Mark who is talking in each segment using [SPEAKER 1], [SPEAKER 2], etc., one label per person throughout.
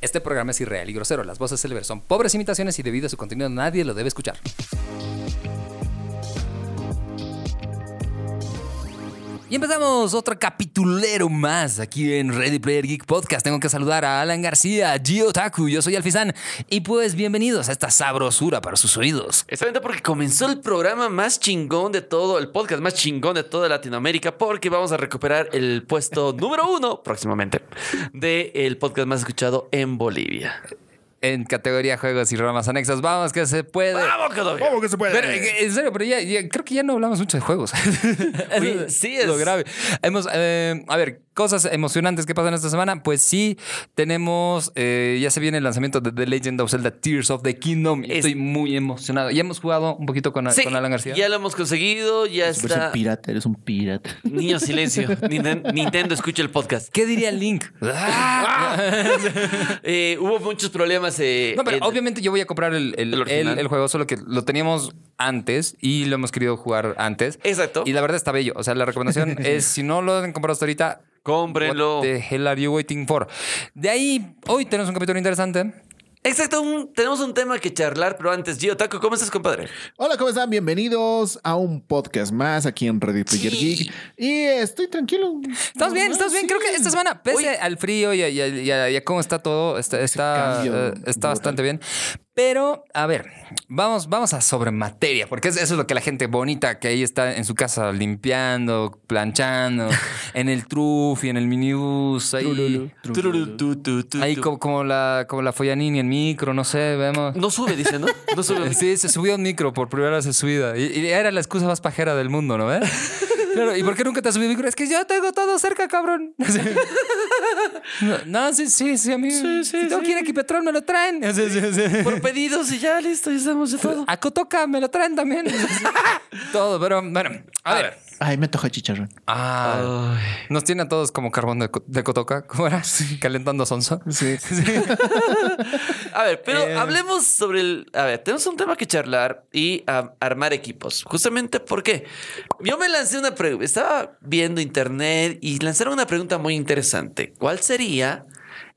[SPEAKER 1] Este programa es irreal y grosero. Las voces célebres son pobres imitaciones y debido a su contenido nadie lo debe escuchar. Y empezamos otro capitulero más aquí en Ready Player Geek Podcast. Tengo que saludar a Alan García, Gio Taku, yo soy Alfizán. Y pues bienvenidos a esta sabrosura para sus oídos.
[SPEAKER 2] Exactamente porque comenzó el programa más chingón de todo, el podcast más chingón de toda Latinoamérica, porque vamos a recuperar el puesto número uno próximamente del podcast más escuchado en Bolivia.
[SPEAKER 1] En categoría juegos y ramas anexas, vamos que se puede.
[SPEAKER 2] ¡Vamos, Colombia!
[SPEAKER 3] ¿Cómo que se puede?
[SPEAKER 1] Pero, eh, en serio, pero ya, ya- creo que ya no hablamos mucho de juegos.
[SPEAKER 2] Oye, sí es.
[SPEAKER 1] lo grave. Hemos, eh, a ver, cosas emocionantes que pasan esta semana. Pues sí, tenemos, eh, ya se viene el lanzamiento de The Legend of Zelda Tears of the Kingdom. Y
[SPEAKER 2] Es-
[SPEAKER 1] Estoy muy emocionado. Ya hemos jugado un poquito con,
[SPEAKER 2] Sí,
[SPEAKER 1] con Alan García.
[SPEAKER 2] Ya lo hemos conseguido, ya
[SPEAKER 3] Eres un
[SPEAKER 2] está.
[SPEAKER 3] pirata, eres un pirata.
[SPEAKER 2] Niño, silencio. Ninten- Nintendo, escucha el podcast.
[SPEAKER 1] ¿Qué diría Link? Ah.
[SPEAKER 2] Eh, hubo muchos problemas. eh,
[SPEAKER 1] No, pero
[SPEAKER 2] en-
[SPEAKER 1] obviamente yo voy a comprar el, el,
[SPEAKER 2] El original.
[SPEAKER 1] el- el juego, solo que lo teníamos antes y lo hemos querido jugar antes.
[SPEAKER 2] Exacto.
[SPEAKER 1] Y la verdad está bello. O sea, la recomendación es, si no lo han comprado hasta ahorita,
[SPEAKER 2] Cómprenlo.
[SPEAKER 1] What the hell are you waiting for? De ahí, hoy tenemos un capítulo interesante.
[SPEAKER 2] Exacto, un- tenemos un tema que charlar, pero antes, Gio Taco, ¿cómo estás, compadre?
[SPEAKER 3] Hola, ¿cómo están? Bienvenidos a un podcast más aquí en Ready Player
[SPEAKER 2] Sí.
[SPEAKER 3] Geek. Y estoy tranquilo.
[SPEAKER 1] Estamos bien, estamos bien. Creo que esta semana, pese al frío y a, y a- y a- y a cómo está todo, está, está,
[SPEAKER 3] cambio
[SPEAKER 1] eh, está bastante bien. Pero, a ver, vamos, vamos a sobre materia, porque es- eso es lo que la gente bonita que ahí está en su casa limpiando, planchando, en el trufi, en el minibús, ahí,
[SPEAKER 2] Tururú, tu, tu, tu,
[SPEAKER 1] ahí
[SPEAKER 2] tu.
[SPEAKER 1] como, como la, como la follanini en micro, no sé, vemos.
[SPEAKER 2] No sube, dice, ¿no? No sube.
[SPEAKER 1] Sí, se subió a un micro por primera vez en su vida. Y, y era la excusa más pajera del mundo, ¿no? ¿Eh? Claro, ¿y por qué nunca te has subido al micro? Es que yo tengo todo cerca, cabrón. Sí. No, no, sí, sí, sí, a mí. si tengo que ir aquí, Petrón, me lo traen. Sí, sí, sí.
[SPEAKER 2] Por pedidos y ya, listo, ya estamos de todo.
[SPEAKER 1] A Cotoca me lo traen también. todo, pero bueno, a, ver.
[SPEAKER 3] Ay, me antoja chicharrón.
[SPEAKER 1] Ah, nos tiene a todos como carbón de, co- de Cotoca, ¿cómo era? Calentando sonso.
[SPEAKER 3] Sí.
[SPEAKER 2] A ver, pero
[SPEAKER 1] Eh.
[SPEAKER 2] hablemos sobre el. A ver, tenemos un tema que charlar y ah, armar equipos. Justamente porque yo me lancé una pregunta. Estaba viendo internet y lanzaron una pregunta muy interesante. ¿Cuál sería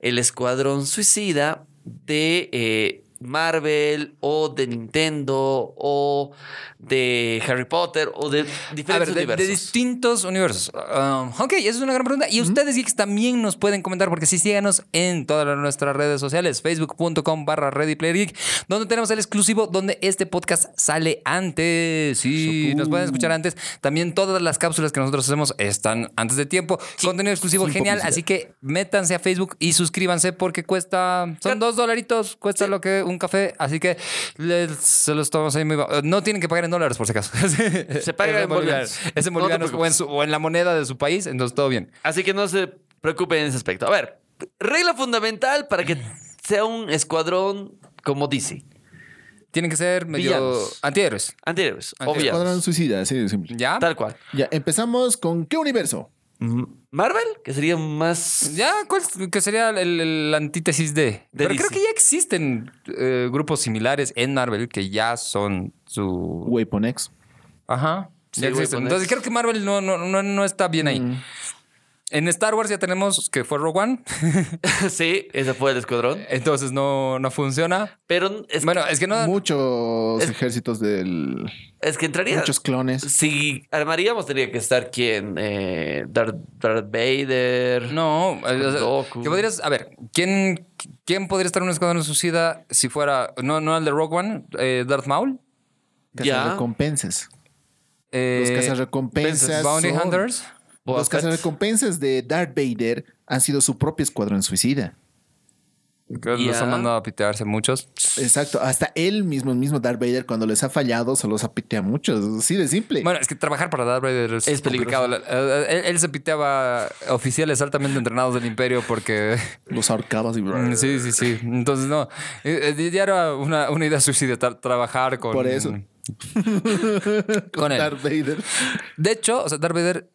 [SPEAKER 2] el escuadrón suicida de eh, Marvel o de Nintendo o de Harry Potter o de diferentes
[SPEAKER 1] A ver, de- de,
[SPEAKER 2] universos?
[SPEAKER 1] distintos universos. Um, ok, esa es una gran pregunta. Y ustedes, geeks, también nos pueden comentar, porque sí, síganos en todas las- nuestras redes sociales, facebook.com barra Ready Player Geek, donde tenemos el exclusivo, donde este podcast sale antes. Sí,
[SPEAKER 3] Supú.
[SPEAKER 1] nos pueden escuchar antes. También todas las cápsulas que nosotros hacemos están antes de tiempo. Contenido exclusivo
[SPEAKER 3] sin
[SPEAKER 1] genial,
[SPEAKER 3] publicidad.
[SPEAKER 1] así que métanse a Facebook y suscríbanse, porque cuesta, son dos dolaritos, cuesta lo que un café, así que les- se los tomamos ahí muy... ba- eh, No tienen que pagar en dólares, por si acaso.
[SPEAKER 2] Se paga
[SPEAKER 1] Es
[SPEAKER 2] en bolivianos.
[SPEAKER 1] Es en
[SPEAKER 2] No te
[SPEAKER 1] bolivianos o, en
[SPEAKER 2] preocupes.
[SPEAKER 1] su- o en la moneda de su país, entonces todo bien.
[SPEAKER 2] Así que no se preocupen en ese aspecto. A ver, regla fundamental para que sea un escuadrón como DC.
[SPEAKER 1] Tienen que ser medio
[SPEAKER 2] Villanos.
[SPEAKER 1] antihéroes.
[SPEAKER 2] Anteriores,
[SPEAKER 1] Antihéroes.
[SPEAKER 3] Escuadrón
[SPEAKER 2] obvios.
[SPEAKER 3] suicida, así de simple.
[SPEAKER 1] ¿Ya?
[SPEAKER 2] Tal cual.
[SPEAKER 3] Ya, empezamos con ¿qué universo?
[SPEAKER 2] Marvel, que sería más.
[SPEAKER 1] ¿Ya? ¿Cuál es- que sería el, el antítesis de? Pero
[SPEAKER 2] DC.
[SPEAKER 1] creo que ya existen eh, grupos similares en Marvel que ya son su...
[SPEAKER 3] Weapon X.
[SPEAKER 1] Ajá.
[SPEAKER 2] Sí,
[SPEAKER 1] ya existen.
[SPEAKER 2] güey, Mm.
[SPEAKER 1] Entonces creo que Marvel no, no, no, no está bien ahí. En Star Wars ya tenemos que fue Rogue One,
[SPEAKER 2] sí, ese fue el escuadrón.
[SPEAKER 1] entonces no, no funciona.
[SPEAKER 2] Pero es,
[SPEAKER 1] bueno, es que no...
[SPEAKER 3] Muchos ejércitos del.
[SPEAKER 2] es que entraría.
[SPEAKER 3] Muchos clones.
[SPEAKER 2] Si armaríamos, tendría que estar quién? Eh, Darth, Darth Vader.
[SPEAKER 1] No, eh, o sea,
[SPEAKER 2] Goku.
[SPEAKER 1] que podrías, a ver, ¿quién, ¿quién podría estar en un escuadrón suicida si fuera, no, no el de Rogue One, eh, Darth Maul?
[SPEAKER 2] Ya.
[SPEAKER 3] Recompensas.
[SPEAKER 1] Eh,
[SPEAKER 3] Los cazarrecompensas.
[SPEAKER 1] Bounty
[SPEAKER 3] son-
[SPEAKER 1] Hunters.
[SPEAKER 2] Boba
[SPEAKER 3] Los
[SPEAKER 2] Fett.
[SPEAKER 3] cazarrecompensas de Darth Vader han sido su propio escuadrón suicida.
[SPEAKER 1] que Los
[SPEAKER 2] Ya.
[SPEAKER 1] han mandado a pitearse muchos.
[SPEAKER 3] Exacto, hasta él mismo, el mismo Darth Vader, cuando les ha fallado, se los ha piteado mucho. Así de simple.
[SPEAKER 1] Bueno, es que trabajar para Darth Vader es,
[SPEAKER 2] Es peligroso.
[SPEAKER 1] complicado. Eh, Él, él se piteaba oficiales altamente entrenados del imperio porque...
[SPEAKER 3] Los ahorcabas y.
[SPEAKER 1] Mm, Sí, sí, sí. Entonces, no. Eh, eh, Ya era una, una idea suicida tra- trabajar con...
[SPEAKER 3] Por eso.
[SPEAKER 1] con él.
[SPEAKER 3] Darth Vader.
[SPEAKER 1] De hecho, o sea, Darth Vader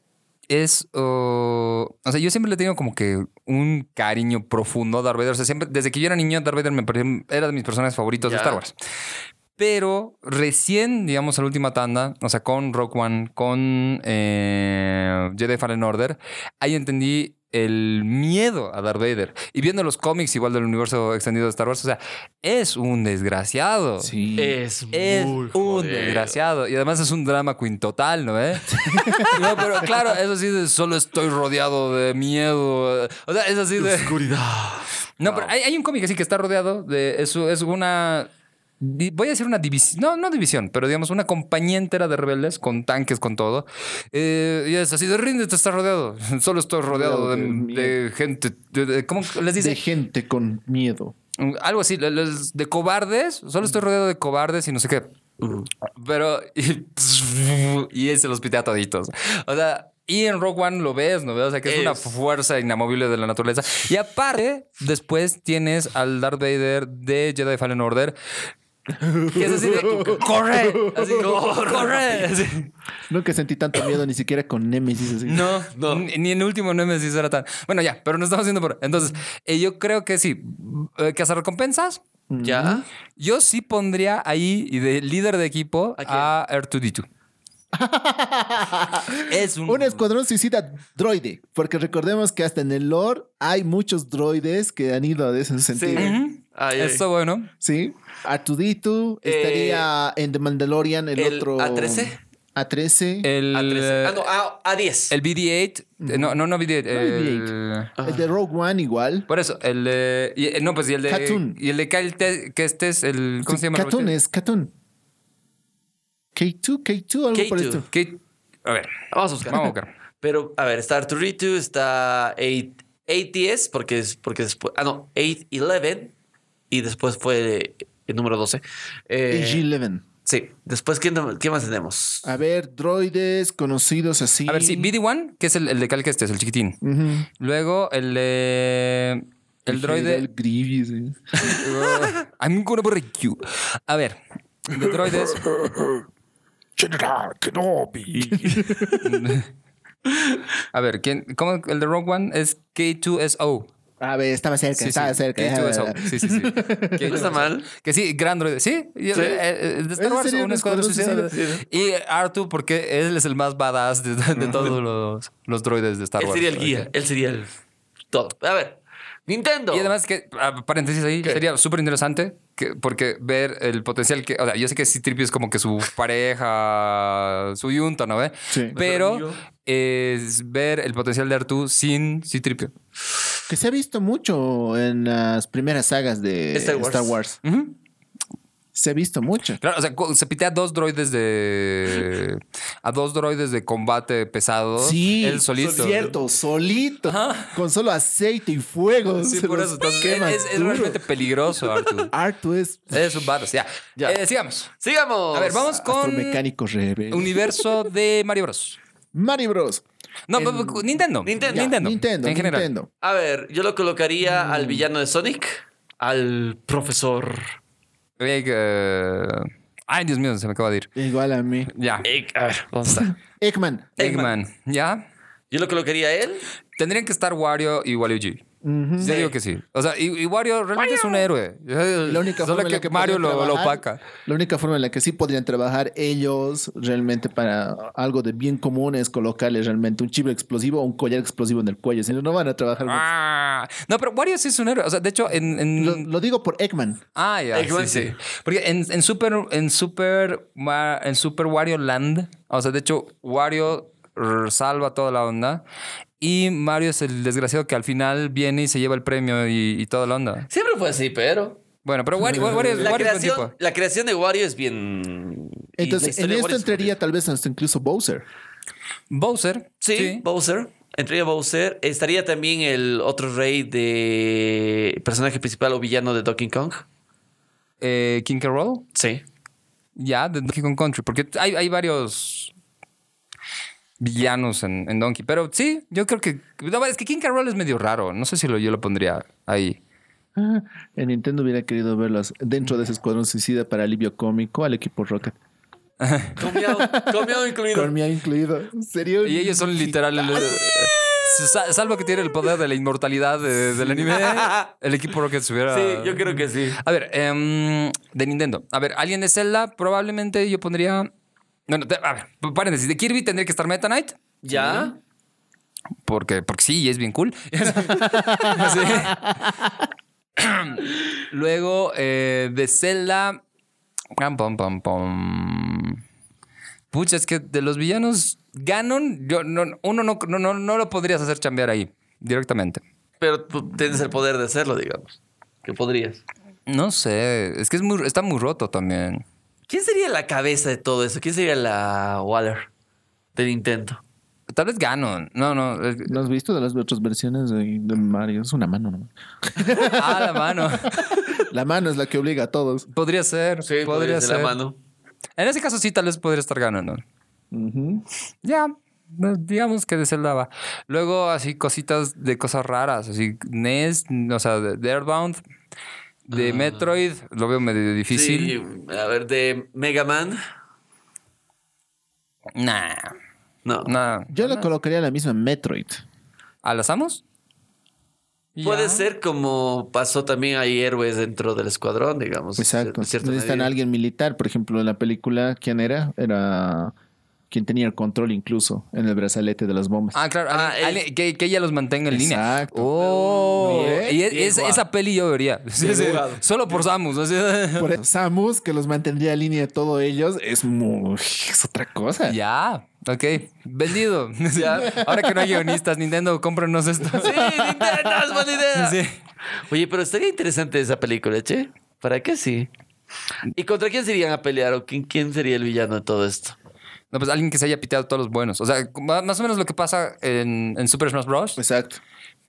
[SPEAKER 1] es. uh, o sea, yo siempre le tengo como que un cariño profundo a Darth Vader. O sea, siempre, desde que yo era niño, Darth Vader me pareció- era de mis personajes favoritos de
[SPEAKER 2] Ya.
[SPEAKER 1] Star Wars. Pero recién, digamos, a la última tanda, o sea, con Rock One, con eh, Jedi Fallen Order, ahí entendí el miedo a Darth Vader. Y viendo los cómics igual del universo extendido de Star Wars, o sea, es un desgraciado.
[SPEAKER 3] Sí.
[SPEAKER 1] Eh,
[SPEAKER 2] Es,
[SPEAKER 1] Es
[SPEAKER 2] muy
[SPEAKER 1] un
[SPEAKER 2] jodido.
[SPEAKER 1] desgraciado. Y además es un drama queen total, ¿no? eh? no, pero claro, es así de solo estoy rodeado de miedo. O sea, es así de.
[SPEAKER 2] Oscuridad.
[SPEAKER 1] No, pero hay, hay un cómic así que está rodeado de. Es, es una. di- Voy a decir una división, no, no división, pero digamos una compañía entera de rebeldes con tanques, con todo. Eh, y es así de ríndete, está rodeado. Solo estoy rodeado de,
[SPEAKER 3] Rodeado de
[SPEAKER 1] de gente. de- de- ¿Cómo les dice?
[SPEAKER 3] De gente con miedo.
[SPEAKER 1] algo así, le- les- de cobardes, solo estoy rodeado de cobardes y no sé qué. Pero, y, y él se los pitea toditos. O sea, y en Rogue One lo ves, ¿no? O sea, que es, una
[SPEAKER 2] Es-
[SPEAKER 1] fuerza inamovible de la naturaleza. Y aparte, después tienes al Darth Vader de Jedi Fallen Order. Que es así de, corre, así, corre, Así.
[SPEAKER 3] Nunca sentí tanto miedo ni siquiera con Nemesis. Así.
[SPEAKER 1] No,
[SPEAKER 2] No.
[SPEAKER 1] Ni, ni en último no me era tan. Bueno, ya, pero nos estamos yendo por. Entonces, eh, yo creo que sí. Eh, recompensas?
[SPEAKER 2] ¿Ya?
[SPEAKER 1] Yo sí pondría ahí y de líder de equipo
[SPEAKER 2] quién?
[SPEAKER 1] a R2D2. es un.
[SPEAKER 3] Un escuadrón suicida droide, porque recordemos que hasta en el lore hay muchos droides que han ido de ese sentido.
[SPEAKER 2] Sí.
[SPEAKER 3] Sí.
[SPEAKER 1] Ujú.
[SPEAKER 2] Ay, ay.
[SPEAKER 1] Eso bueno.
[SPEAKER 3] Artudito
[SPEAKER 2] Eh,
[SPEAKER 3] estaría en The Mandalorian el,
[SPEAKER 2] el
[SPEAKER 3] otro.
[SPEAKER 2] A13.
[SPEAKER 3] A13. El,
[SPEAKER 1] El, eh,
[SPEAKER 2] A13. Ah, no, A- A10.
[SPEAKER 1] el BD-8. eh, No, no, no BD-8. el-
[SPEAKER 3] de Rogue One igual.
[SPEAKER 1] eh, por eso, el de. y- eh, no, pues y el de.
[SPEAKER 3] Katun.
[SPEAKER 1] Y el de Kyle Te- que este es el. ¿Cómo se llama?
[SPEAKER 3] Katun es Katun. K2, K2, algo por
[SPEAKER 2] K2.
[SPEAKER 3] esto.
[SPEAKER 1] Kate- A ver,
[SPEAKER 2] Vamos a buscar.
[SPEAKER 1] vamos a buscar.
[SPEAKER 2] Pero, a ver, está Arturito, está 8 ATS, porque, es, porque después. Ah, no, 811. Y después fue el número 12. Eh,
[SPEAKER 3] AG-11.
[SPEAKER 2] sí, después, ¿quién, quién más tenemos?
[SPEAKER 3] A ver, droides conocidos así.
[SPEAKER 1] A ver, sí, BD-1, que es el, el de Kyle que este es el chiquitín.
[SPEAKER 3] Ujú.
[SPEAKER 1] Luego el de. El droide.
[SPEAKER 3] General Grievous, eh.
[SPEAKER 1] I'm gonna break you. A ver, de droides. A ver, ¿quién, ¿cómo el de Rogue One es K2SO?
[SPEAKER 3] A ver, estaba cerca, estaba cerca.
[SPEAKER 1] K2SO. Sí, sí, sí.
[SPEAKER 2] No está mal.
[SPEAKER 1] Que sí, gran droide. Sí, yo- eh, eh, de Star
[SPEAKER 3] Ese
[SPEAKER 1] Wars,
[SPEAKER 3] sería
[SPEAKER 1] un
[SPEAKER 3] un
[SPEAKER 1] escuadrón
[SPEAKER 3] escuadrón
[SPEAKER 1] suicida. Y R2, porque él es el más badass de, de todos los, los droides de Star
[SPEAKER 2] Él
[SPEAKER 1] Wars.
[SPEAKER 2] sería el guía, él sería el. Todo. A ver, Nintendo.
[SPEAKER 1] Y además que, ah, paréntesis ahí, sería súper interesante que- porque ver el potencial que, o sea, yo sé que C-3PO es como que su pareja, su yunta, ¿no? ve?
[SPEAKER 3] Sí.
[SPEAKER 2] Mejor
[SPEAKER 1] Pero
[SPEAKER 2] amigo.
[SPEAKER 1] es ver el potencial de Artu sin C-3PO.
[SPEAKER 3] Que se ha visto mucho en las primeras sagas de
[SPEAKER 2] Star
[SPEAKER 3] Star
[SPEAKER 2] Wars.
[SPEAKER 3] Wars.
[SPEAKER 1] Ujú.
[SPEAKER 3] Se ha visto mucho.
[SPEAKER 1] Claro, o sea, cu- se pitea a dos droides de... A dos droides de combate pesado. Él solito.
[SPEAKER 3] Cierto, solito. Con solo aceite y fuego.
[SPEAKER 1] Sí,
[SPEAKER 3] se
[SPEAKER 1] por
[SPEAKER 3] los
[SPEAKER 1] eso. entonces,
[SPEAKER 3] quema
[SPEAKER 1] es, es
[SPEAKER 3] duro.
[SPEAKER 1] realmente peligroso, Artu.
[SPEAKER 3] Artu es
[SPEAKER 1] es un badass, ya.
[SPEAKER 2] Ya.
[SPEAKER 1] Eh, sigamos.
[SPEAKER 2] Sigamos.
[SPEAKER 1] A ver, vamos con...
[SPEAKER 3] astromecánico rebelde.
[SPEAKER 1] Universo de Mario Bros.
[SPEAKER 3] Mario Bros.
[SPEAKER 1] No, pero- pero Nintendo.
[SPEAKER 2] Nintendo.
[SPEAKER 1] Ya, Nintendo.
[SPEAKER 3] Nintendo,
[SPEAKER 1] En general.
[SPEAKER 3] Nintendo.
[SPEAKER 2] A ver, yo lo
[SPEAKER 1] Mm.
[SPEAKER 2] colocaría al villano de Sonic, al profesor.
[SPEAKER 1] Big, eh, Ay, Dios mío, se me acaba de ir.
[SPEAKER 3] Igual a mí.
[SPEAKER 1] Ya.
[SPEAKER 2] Egg- a ver, ¿dónde está?
[SPEAKER 3] Eggman.
[SPEAKER 1] Eh, Eggman. Ya.
[SPEAKER 2] Yo lo colocaría a él.
[SPEAKER 1] Tendrían que estar Wario y Waluigi. Yo
[SPEAKER 3] Ujú.
[SPEAKER 1] digo que sí. O sea, y, y Wario realmente es un héroe.
[SPEAKER 3] La única
[SPEAKER 1] Solo
[SPEAKER 3] forma en
[SPEAKER 1] que,
[SPEAKER 3] la que
[SPEAKER 1] Mario
[SPEAKER 3] podrían
[SPEAKER 1] lo, lo
[SPEAKER 3] trabajar-
[SPEAKER 1] opaca.
[SPEAKER 3] La única forma en la que sí podrían trabajar ellos realmente para algo de bien común es colocarles realmente un chivo explosivo o un collar explosivo en el cuello. Si no, no van a trabajar. mucho.
[SPEAKER 1] Ah. No, pero Wario sí es un héroe. O sea, de hecho, en. en-
[SPEAKER 3] Lo, lo digo por Eggman.
[SPEAKER 1] Ah, ya.
[SPEAKER 2] Eggman,
[SPEAKER 1] sí,
[SPEAKER 2] sí.
[SPEAKER 1] sí. Porque en, en Super. En Super. Ma- En Super Wario Land. O sea, de hecho, Wario r- salva toda la onda. Y Mario es el desgraciado que al final viene y se lleva el premio y, y toda la onda.
[SPEAKER 2] Siempre fue así, pero.
[SPEAKER 1] Bueno, pero Wario, Wario, es-
[SPEAKER 2] La,
[SPEAKER 1] Wario es buen
[SPEAKER 2] creación,
[SPEAKER 1] tipo.
[SPEAKER 2] la creación de Wario es bien. y la
[SPEAKER 3] Entonces,
[SPEAKER 2] historia
[SPEAKER 3] en
[SPEAKER 2] de
[SPEAKER 3] esto
[SPEAKER 2] Wario es
[SPEAKER 3] entraría tal vez hasta incluso Bowser.
[SPEAKER 1] Bowser.
[SPEAKER 2] Sí, Bowser. Entraría Bowser. Estaría también el otro rey de. Personaje principal o villano de Donkey Kong.
[SPEAKER 1] Eh, King K. Rool.
[SPEAKER 2] Sí.
[SPEAKER 1] Ya, de Donkey Kong Country. Porque hay, hay varios villanos en, en Donkey. Pero sí, yo creo que... No, es que King K. Rool es medio raro. No sé si lo, yo lo pondría ahí.
[SPEAKER 3] Ah, En Nintendo hubiera querido verlos dentro de ese escuadrón suicida para alivio cómico al equipo Rocket.
[SPEAKER 2] Comiao, comiao incluido.
[SPEAKER 3] Con mi incluido. Sería un-
[SPEAKER 1] Y ellos son literal... el- sa- salvo que tiene el poder de la inmortalidad de- del anime, el equipo Rocket se hubiera...
[SPEAKER 2] Sí, yo creo que sí.
[SPEAKER 1] A ver, em, de Nintendo. A ver, alguien de Zelda, probablemente yo pondría... No, no, te- a ver, paréntesis. De Kirby tendría que estar Meta Knight.
[SPEAKER 2] ¿Ya?
[SPEAKER 1] Porque, porque sí, y es bien cool. Sí. Luego eh, de Zelda. Pam, pam, pam, pam. Pucha, es que de los villanos, Ganon, yo, no, uno no, no, no, no lo podrías hacer chambear ahí directamente.
[SPEAKER 2] Pero tú tienes el poder de hacerlo, digamos. Que podrías.
[SPEAKER 1] No sé, es que es muy, está muy roto también.
[SPEAKER 2] ¿Quién sería la cabeza de todo eso? ¿Quién sería la Waller de Nintendo?
[SPEAKER 1] Tal vez Ganon. No, no. eh,
[SPEAKER 3] ¿Lo has visto de las otras versiones de, de Mario? Es una mano, ¿no?
[SPEAKER 1] Ah, la mano.
[SPEAKER 3] La mano es la que obliga a todos.
[SPEAKER 1] Podría ser. podría,
[SPEAKER 2] ser
[SPEAKER 1] ser.
[SPEAKER 2] la mano.
[SPEAKER 1] En ese caso sí, tal vez podría estar ganando.
[SPEAKER 3] Ujú.
[SPEAKER 1] Ya, pues, digamos que de Zelda va. Luego así cositas de cosas raras, así NES, o sea, de, de Earthbound, de Metroid, lo veo medio difícil.
[SPEAKER 2] Ah. Sí, a ver, de Mega Man.
[SPEAKER 1] Nah,
[SPEAKER 2] No.
[SPEAKER 1] nah.
[SPEAKER 3] Yo la colocaría la misma Metroid.
[SPEAKER 1] ¿A las amos?
[SPEAKER 2] Puede ser como pasó también hay héroes dentro del escuadrón, digamos.
[SPEAKER 3] Exacto.
[SPEAKER 2] en cierta
[SPEAKER 3] Necesitan
[SPEAKER 2] medida.
[SPEAKER 3] a alguien militar. Por ejemplo, en la película, ¿quién era? Era quien tenía el control incluso en el brazalete de las bombas.
[SPEAKER 1] Ah, claro,
[SPEAKER 2] Ah,
[SPEAKER 1] alguien-
[SPEAKER 2] el-
[SPEAKER 1] alguien que, que ella los mantenga en línea.
[SPEAKER 3] Exacto.
[SPEAKER 1] Oh,
[SPEAKER 2] Bien,
[SPEAKER 1] y es-
[SPEAKER 2] bien
[SPEAKER 1] es-
[SPEAKER 2] jugado.
[SPEAKER 1] esa peli yo vería. Sí, sí,
[SPEAKER 2] jugado.
[SPEAKER 1] solo por Samus. así.
[SPEAKER 3] Por eso, Samus, que los mantendría en línea de todos ellos, es muy... es otra cosa.
[SPEAKER 1] Ya, ok, vendido. Ahora que no hay guionistas, Nintendo, cómpranos esto.
[SPEAKER 2] Sí, Nintendo, es buena idea.
[SPEAKER 1] Sí.
[SPEAKER 2] Oye, pero estaría interesante esa película, che. ¿Para qué sí? ¿Y contra quién se irían a pelear o quién, quién sería el villano de todo esto?
[SPEAKER 1] No, pues alguien que se haya piteado todos los buenos. O sea, ma- más o menos lo que pasa en, en Super Smash Bros.
[SPEAKER 3] Exacto.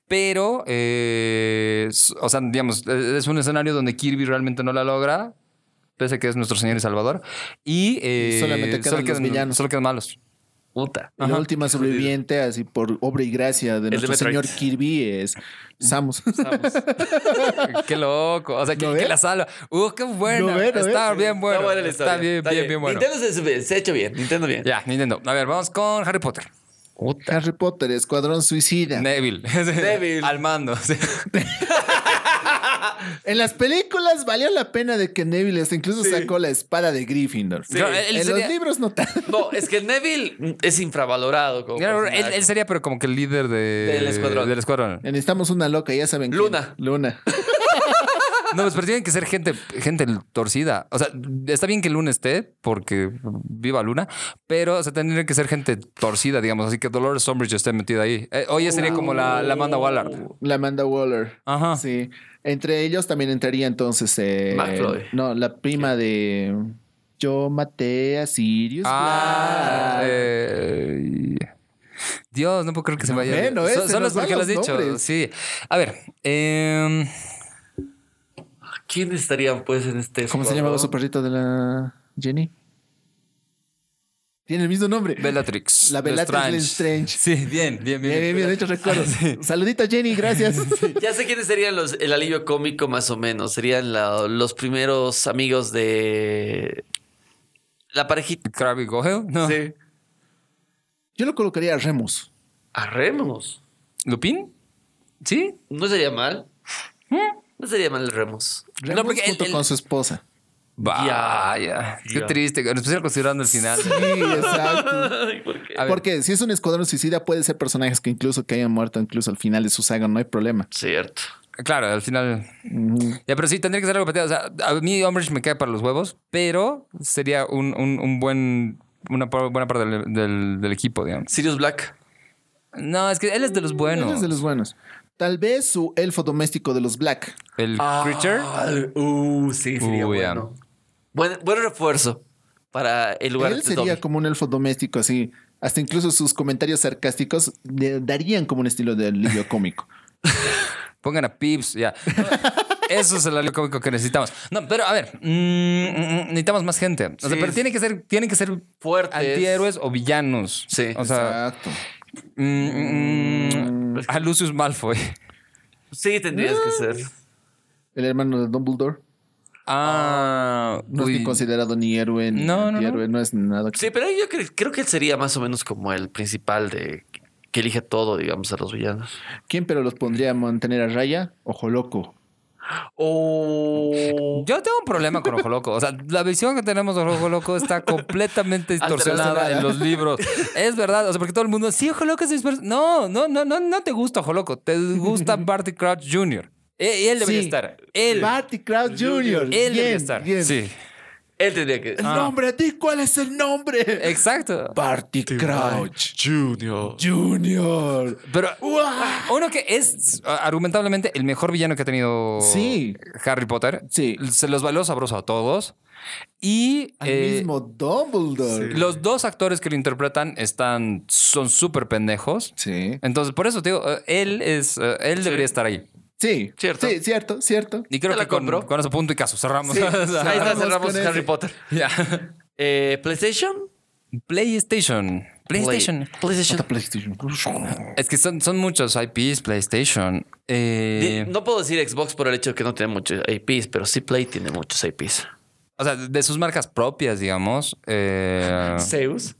[SPEAKER 1] pero, eh, s- o sea, digamos, eh, es un escenario donde Kirby realmente no la logra, pese a que es nuestro señor y salvador. Y, eh,
[SPEAKER 3] Y solamente quedan los villanos.
[SPEAKER 1] Solo quedan malos.
[SPEAKER 2] Puta.
[SPEAKER 3] Y La última sobreviviente, así por obra y gracia de
[SPEAKER 2] de
[SPEAKER 3] nuestro
[SPEAKER 2] Metroid.
[SPEAKER 3] señor Kirby, es
[SPEAKER 1] Mm.
[SPEAKER 3] Samus.
[SPEAKER 1] Qué loco. O sea, que,
[SPEAKER 3] ¿No
[SPEAKER 1] que
[SPEAKER 3] ve?
[SPEAKER 1] la salva. Uh, qué bueno.
[SPEAKER 3] ¿No ve? ¿No
[SPEAKER 1] está
[SPEAKER 3] ve?
[SPEAKER 1] bien bueno.
[SPEAKER 2] está
[SPEAKER 1] Está,
[SPEAKER 2] buena la historia.
[SPEAKER 1] bien, bien, bien, bueno.
[SPEAKER 2] Nintendo se, sube- se ha hecho bien. Nintendo bien.
[SPEAKER 1] Ya, Nintendo. A ver, vamos con Harry Potter.
[SPEAKER 3] Harry Potter, Escuadrón Suicida.
[SPEAKER 1] Neville.
[SPEAKER 2] Neville.
[SPEAKER 1] Al mando. sí.
[SPEAKER 3] En las películas valió la pena de que Neville hasta incluso sacó la espada de Gryffindor.
[SPEAKER 1] Claro, él
[SPEAKER 3] en
[SPEAKER 1] sería-
[SPEAKER 3] los libros no tanto.
[SPEAKER 2] No, es que Neville es infravalorado. Como
[SPEAKER 1] Claro, él,
[SPEAKER 2] personaje.
[SPEAKER 1] él sería, pero como que el líder de,
[SPEAKER 2] Del escuadrón.
[SPEAKER 1] Del escuadrón.
[SPEAKER 3] Necesitamos una loca, ya saben. quién.
[SPEAKER 2] Luna.
[SPEAKER 3] Luna.
[SPEAKER 1] No, pues, pero tienen que ser gente, gente torcida. O sea, está bien que Luna esté, porque viva Luna, pero o sea, tendría que ser gente torcida, digamos. Así que Dolores Umbridge esté metida ahí. Eh, oye, sería como la, la Amanda Waller.
[SPEAKER 3] La Amanda Waller.
[SPEAKER 1] Ajá.
[SPEAKER 3] Oh. Sí. Entre ellos también entraría entonces. eh,
[SPEAKER 2] McFly.
[SPEAKER 3] No, la prima de. Yo maté a Sirius.
[SPEAKER 1] Ah,
[SPEAKER 3] Black.
[SPEAKER 1] eh, Dios, no puedo creer que se
[SPEAKER 3] No,
[SPEAKER 1] vaya.
[SPEAKER 3] eh, no, eh,
[SPEAKER 1] So-
[SPEAKER 3] se
[SPEAKER 1] solo es
[SPEAKER 3] nos
[SPEAKER 1] porque
[SPEAKER 3] van
[SPEAKER 1] lo has
[SPEAKER 3] los
[SPEAKER 1] dicho.
[SPEAKER 3] nombres.
[SPEAKER 1] Sí. A ver. em,
[SPEAKER 2] ¿Quién estaría pues en este?
[SPEAKER 3] ¿Cómo se
[SPEAKER 2] escuadrón?
[SPEAKER 3] llamaba su perrito de la Jenny? Tiene el mismo nombre.
[SPEAKER 1] Bellatrix.
[SPEAKER 3] La Bellatrix Lestrange.
[SPEAKER 1] Sí, bien, bien, bien.
[SPEAKER 3] Bien, bien, bien, de hecho recuerdo. Saludito Jenny, gracias.
[SPEAKER 2] Ya sé quiénes serían los, el alivio cómico más o menos. Serían la- los primeros amigos de la parejita.
[SPEAKER 1] Krabby Gohel, no.
[SPEAKER 2] Sí.
[SPEAKER 3] Yo lo colocaría a Remus.
[SPEAKER 2] A Remos.
[SPEAKER 1] ¿Lupin? ¿Sí?
[SPEAKER 2] No sería mal. No sería mal el Remos.
[SPEAKER 3] Remus
[SPEAKER 1] No, porque él-
[SPEAKER 3] ¿Eh? junto
[SPEAKER 1] él-
[SPEAKER 3] con su esposa.
[SPEAKER 1] Vaya, Qué
[SPEAKER 2] Ya.
[SPEAKER 1] triste. En especial considerando el final.
[SPEAKER 3] Sí, exacto.
[SPEAKER 2] Ay, ¿por qué?
[SPEAKER 1] A ver,
[SPEAKER 3] Porque si es un escuadrón suicida, puede ser personajes que incluso que hayan muerto incluso al final de su saga, no hay problema.
[SPEAKER 2] Cierto.
[SPEAKER 1] claro, al final. Ya, pero sí, tendría que ser algo pateado. O sea, a mí Umbridge me cae para los huevos, pero sería un, un- un buen. Una par- buena parte del, del- del equipo, digamos.
[SPEAKER 2] Sirius Black.
[SPEAKER 1] No, es que él es de los buenos.
[SPEAKER 3] Él es de los buenos. Tal vez su elfo doméstico de los Black.
[SPEAKER 1] El Creature.
[SPEAKER 2] Ah, Al- Uh, sí, sería
[SPEAKER 1] Uy, ya.
[SPEAKER 2] bueno. Buen, buen refuerzo para el lugar
[SPEAKER 3] Él
[SPEAKER 2] de
[SPEAKER 3] sería
[SPEAKER 2] Dobby.
[SPEAKER 3] como un elfo doméstico, así. Hasta incluso sus comentarios sarcásticos le darían como un estilo de alivio cómico.
[SPEAKER 1] Pongan a Pips, ya. Eso es el alivio cómico que necesitamos. No, pero a ver, mm, mm, mm, necesitamos más gente. O sea,
[SPEAKER 2] Sí.
[SPEAKER 1] pero tiene que ser, tienen que ser
[SPEAKER 2] Fuertes.
[SPEAKER 1] antihéroes o villanos.
[SPEAKER 2] Sí.
[SPEAKER 1] O sea,
[SPEAKER 3] Exacto.
[SPEAKER 1] mm, mm, mm, a Lucius Malfoy.
[SPEAKER 2] Sí, tendrías
[SPEAKER 3] Ah.
[SPEAKER 2] que ser.
[SPEAKER 3] El hermano de Dumbledore
[SPEAKER 1] Ah,
[SPEAKER 3] no es
[SPEAKER 1] uy.
[SPEAKER 3] ni considerado ni héroe ni
[SPEAKER 1] No, no, no.
[SPEAKER 3] antihéroe, no es nada. que-
[SPEAKER 2] Sí, pero yo cre- creo que él sería más o menos como el principal de que elige todo, digamos, a los villanos.
[SPEAKER 3] ¿Quién pero los pondría a mantener a raya? Ojo loco.
[SPEAKER 2] Oh. loco.
[SPEAKER 1] Yo tengo un problema con Ojo Loco. O sea, la visión que tenemos de Ojo Loco está completamente distorsionada en los libros. Es verdad. O sea, porque todo el mundo, sí, Ojo Loco es disperso. No, no, no, no, no te gusta Ojo Loco. Te gusta Barty Crouch Jr. E- Y él debería
[SPEAKER 3] Sí.
[SPEAKER 1] estar. Él.
[SPEAKER 3] Barty Crouch Jr.
[SPEAKER 1] él
[SPEAKER 3] Bien,
[SPEAKER 1] debería estar. Ah.
[SPEAKER 3] bien.
[SPEAKER 1] Sí.
[SPEAKER 2] Él tendría que.
[SPEAKER 3] El nombre, di cuál es el nombre.
[SPEAKER 1] Exacto.
[SPEAKER 3] Barty Crouch
[SPEAKER 2] Junior.
[SPEAKER 3] Jr.
[SPEAKER 1] Pero uno que es a- argumentablemente el mejor villano que ha tenido
[SPEAKER 3] Sí.
[SPEAKER 1] Harry Potter.
[SPEAKER 3] Sí.
[SPEAKER 1] Se los bailó sabroso a todos. Y
[SPEAKER 3] Al
[SPEAKER 1] eh,
[SPEAKER 3] mismo Dumbledore.
[SPEAKER 1] los dos actores que lo interpretan están, son súper pendejos.
[SPEAKER 3] Sí.
[SPEAKER 1] Entonces, por eso te digo, eh, él es, eh, él debería estar ahí.
[SPEAKER 3] Sí.
[SPEAKER 2] Cierto.
[SPEAKER 3] Sí, cierto, cierto.
[SPEAKER 1] Y creo
[SPEAKER 2] Te la
[SPEAKER 1] que con,
[SPEAKER 2] compro.
[SPEAKER 1] con ese punto y caso cerramos.
[SPEAKER 3] Sí.
[SPEAKER 1] O sea,
[SPEAKER 2] Ahí está,
[SPEAKER 3] Vamos
[SPEAKER 2] cerramos
[SPEAKER 3] con ese.
[SPEAKER 2] Harry Potter.
[SPEAKER 1] ya.
[SPEAKER 2] Eh, PlayStation.
[SPEAKER 1] PlayStation. PlayStation.
[SPEAKER 2] Play- PlayStation.
[SPEAKER 3] PlayStation.
[SPEAKER 1] Es que son, son muchos IPs, PlayStation. Eh,
[SPEAKER 2] Di- No puedo decir Xbox por el hecho de que no tiene muchos IPs, pero sí Play tiene muchos IPs.
[SPEAKER 1] O sea, de sus marcas propias, digamos. Eh,
[SPEAKER 2] Zeus.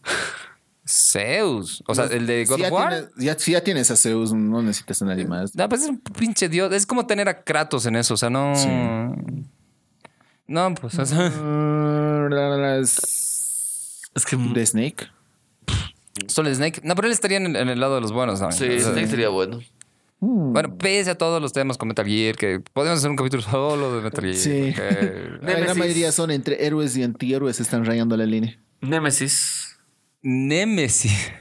[SPEAKER 1] Zeus. O sea, el de God
[SPEAKER 3] si ya
[SPEAKER 1] of War.
[SPEAKER 3] Tienes, ya, si ya tienes a Zeus, no necesitas a nadie más.
[SPEAKER 1] No, pues es un pinche dios. Es como tener a Kratos en eso. O sea, no. No, pues. o sea,
[SPEAKER 3] Ah, la, la, es-
[SPEAKER 2] Es que.
[SPEAKER 3] De Snake.
[SPEAKER 1] solo Snake. No, pero él estaría en el, en el lado de los buenos. ¿no?
[SPEAKER 2] Sí,
[SPEAKER 1] O sea,
[SPEAKER 2] Snake sería bueno.
[SPEAKER 3] Mm.
[SPEAKER 1] Bueno, pese a todos los temas con Metal Gear, que podemos hacer un capítulo solo de Metal Gear.
[SPEAKER 3] Sí. Eh,
[SPEAKER 1] porque-
[SPEAKER 3] La gran
[SPEAKER 2] Nemesis.
[SPEAKER 3] mayoría son entre héroes y antihéroes, están rayando la línea.
[SPEAKER 2] Nemesis.
[SPEAKER 1] Nemesis.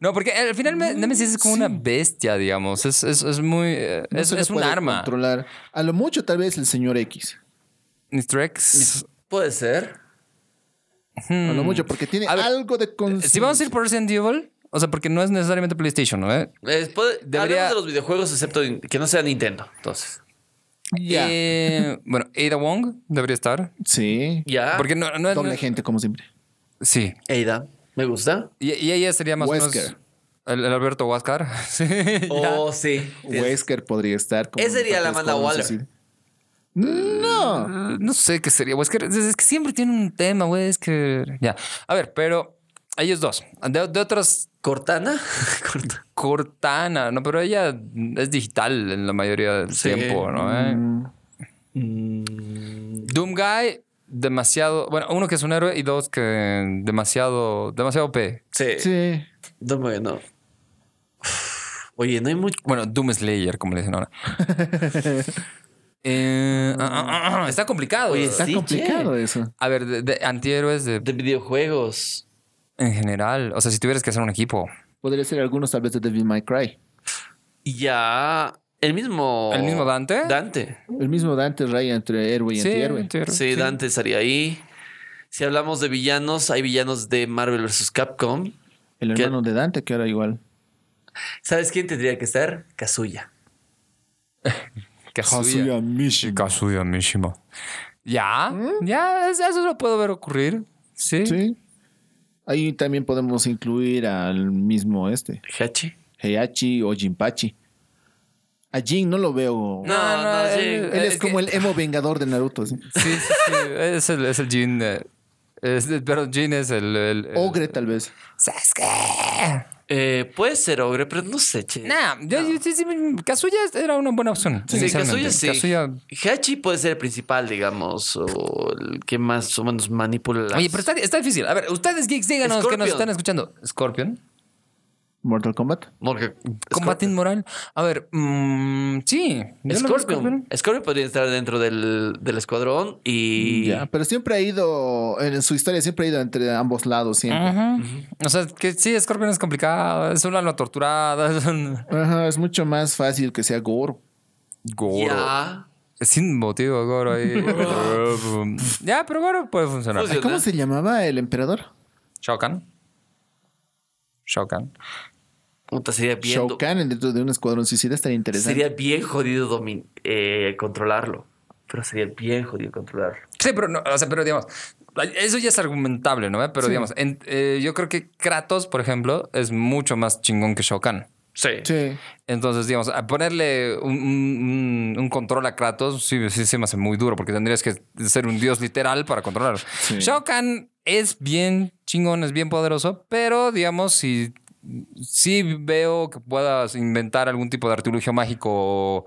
[SPEAKER 1] No, porque al final
[SPEAKER 3] Mm,
[SPEAKER 1] me- Nemesis es como una bestia, digamos. Es, es, es muy. eh,
[SPEAKER 3] No
[SPEAKER 1] es
[SPEAKER 3] se le
[SPEAKER 1] es un
[SPEAKER 3] puede
[SPEAKER 1] arma.
[SPEAKER 3] Controlar. A lo mucho, tal vez el señor X.
[SPEAKER 1] Mr. X.
[SPEAKER 2] Puede ser.
[SPEAKER 3] Hmm. A eh, lo mucho, porque tiene
[SPEAKER 1] A ver,
[SPEAKER 3] algo de conciencia.
[SPEAKER 1] Si vamos a ir por Resident Evil, o sea, porque no es necesariamente PlayStation, ¿no? ¿Eh?
[SPEAKER 2] Eh, puede-
[SPEAKER 1] Debería-
[SPEAKER 2] hablemos de los videojuegos, excepto in- que no sea Nintendo. Entonces.
[SPEAKER 3] Ya.
[SPEAKER 1] Eh, bueno, Ada Wong debería estar.
[SPEAKER 3] Sí.
[SPEAKER 2] Ya.
[SPEAKER 1] Porque no, no,
[SPEAKER 3] Ah, Doble
[SPEAKER 1] no-
[SPEAKER 3] gente, como siempre.
[SPEAKER 1] Sí.
[SPEAKER 2] Eida. Me gusta.
[SPEAKER 1] Y, y ella sería más o menos
[SPEAKER 3] Wesker.
[SPEAKER 1] El, el Alberto Huáscar. Sí.
[SPEAKER 2] Oh, sí.
[SPEAKER 3] Wesker podría estar. como
[SPEAKER 2] Esa sería la
[SPEAKER 3] parte
[SPEAKER 2] Amanda
[SPEAKER 3] de Escuadrón
[SPEAKER 2] Waller.
[SPEAKER 3] Suicida. No.
[SPEAKER 1] No sé qué sería Wesker. Es, es que siempre tiene un tema, güey. Es que. Ya. A ver, pero ellos dos. De, de otras,
[SPEAKER 2] Cortana. Corta-
[SPEAKER 1] Cortana, ¿no? Pero ella es digital en la mayoría del
[SPEAKER 2] Sí.
[SPEAKER 1] tiempo, ¿no? ¿Eh? Mm. Doomguy, demasiado. Bueno, uno que es un héroe y dos que demasiado. Demasiado P.
[SPEAKER 2] Sí.
[SPEAKER 3] Sí.
[SPEAKER 2] No, me- no. Oye, no hay mucho.
[SPEAKER 1] Bueno, Doom Slayer, como le dicen ahora. Eh, ah, ah, ah, está complicado.
[SPEAKER 2] Oye,
[SPEAKER 3] Está
[SPEAKER 2] Sí,
[SPEAKER 3] complicado
[SPEAKER 2] che.
[SPEAKER 3] eso.
[SPEAKER 1] A ver, de, de antihéroes de-
[SPEAKER 2] De videojuegos.
[SPEAKER 1] en general. O sea, si tuvieras que hacer un equipo.
[SPEAKER 3] Podría ser algunos, tal vez, de Devil May Cry.
[SPEAKER 2] Ya. El mismo.
[SPEAKER 1] ¿El mismo Dante?
[SPEAKER 2] Dante.
[SPEAKER 3] El mismo Dante raya entre héroe y antihéroe.
[SPEAKER 1] antihéroe,
[SPEAKER 2] Sí, Dante estaría ahí. Si hablamos de villanos, hay villanos de Marvel vs. Capcom.
[SPEAKER 3] El
[SPEAKER 2] ¿Qué?
[SPEAKER 3] hermano de Dante, que ahora igual.
[SPEAKER 2] ¿Sabes quién tendría que estar? Kazuya.
[SPEAKER 1] Que Kazuya.
[SPEAKER 3] Mishima.
[SPEAKER 1] Kazuya Mishima. Ya, ya, es- eso lo puedo ver ocurrir. Sí.
[SPEAKER 3] ¿Mm? Sí. Ahí también podemos incluir al mismo este,
[SPEAKER 2] Hachi.
[SPEAKER 3] Heihachi o Jinpachi. A Jin no lo veo.
[SPEAKER 2] No, eh, no, sí.
[SPEAKER 3] Él es como el emo vengador de Naruto. así.
[SPEAKER 2] Eh.
[SPEAKER 1] que- Sí, sí, sí. Es el, es el Jin. eh, es- pero Jin es el. el, el-
[SPEAKER 3] Ogre, tal vez.
[SPEAKER 1] Sasuke.
[SPEAKER 2] Eh, puede ser ogre, pero no sé, che.
[SPEAKER 1] Nah, yo, yo- sí, sí, Kazuya era una buena opción.
[SPEAKER 2] Sí,
[SPEAKER 1] inicialmente.
[SPEAKER 2] Kazuya sí.
[SPEAKER 1] Kazuya-
[SPEAKER 2] Hachi puede ser el principal, digamos, o el que más o menos manipula. las-
[SPEAKER 1] Oye, pero está, está difícil. A ver, ustedes geeks, díganos que nos
[SPEAKER 2] Scorpion.
[SPEAKER 1] están escuchando. Scorpion.
[SPEAKER 3] Mortal Kombat.
[SPEAKER 2] Porque-
[SPEAKER 1] Combatín moral. A ver, mm, sí. yo lo veo
[SPEAKER 2] Scorpion. Scorpion podría estar dentro del, del escuadrón y.
[SPEAKER 3] Ya, Pero siempre ha ido, en su historia siempre ha ido entre ambos lados, siempre.
[SPEAKER 1] Ajá. O sea, que sí, Scorpion es complicado. Es un alma torturada. Es un...
[SPEAKER 3] Ajá, es mucho más fácil que sea Goro.
[SPEAKER 1] Goro.
[SPEAKER 2] Ya.
[SPEAKER 1] Sin motivo, Goro ahí. ya, pero Goro puede funcionar.
[SPEAKER 2] Funciona.
[SPEAKER 3] ¿Cómo se llamaba el emperador?
[SPEAKER 1] Shokan. Shokan.
[SPEAKER 2] Puta, sería bien.
[SPEAKER 3] Shao Kahn dentro de un escuadrón suicida estaría interesante.
[SPEAKER 2] Sería bien jodido domin- eh, controlarlo. Pero sería bien jodido controlarlo.
[SPEAKER 1] Sí, pero, no, o sea, pero digamos, eso ya es argumentable, ¿no? Pero digamos, en- eh, yo creo que Kratos, por ejemplo, es mucho más chingón que Shokan.
[SPEAKER 2] Sí.
[SPEAKER 3] Sí.
[SPEAKER 1] Entonces, digamos, a ponerle un, un- un- un control a Kratos sí, sí se me hace muy duro porque tendrías que ser un dios literal para controlarlo.
[SPEAKER 3] Sí.
[SPEAKER 1] Shao Kahn es bien chingón, es bien poderoso, pero digamos, si sí veo que puedas inventar algún tipo de artilugio mágico o,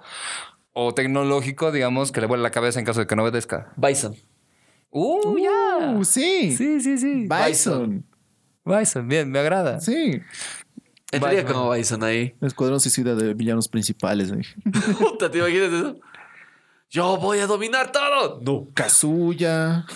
[SPEAKER 1] o tecnológico, digamos, que le vuela la cabeza en caso de que no obedezca.
[SPEAKER 2] Bison.
[SPEAKER 1] ¡Uh,
[SPEAKER 3] Uh, sí.
[SPEAKER 1] Sí, sí, sí.
[SPEAKER 3] Bison.
[SPEAKER 1] Bison, bien, me agrada.
[SPEAKER 3] Sí.
[SPEAKER 2] Entraría
[SPEAKER 1] Bison.
[SPEAKER 2] como Bison ahí.
[SPEAKER 3] Escuadrón Suicida de villanos principales. eh.
[SPEAKER 2] Puta, ¿te imaginas eso? Yo voy a dominar todo. No.
[SPEAKER 3] Kazuya.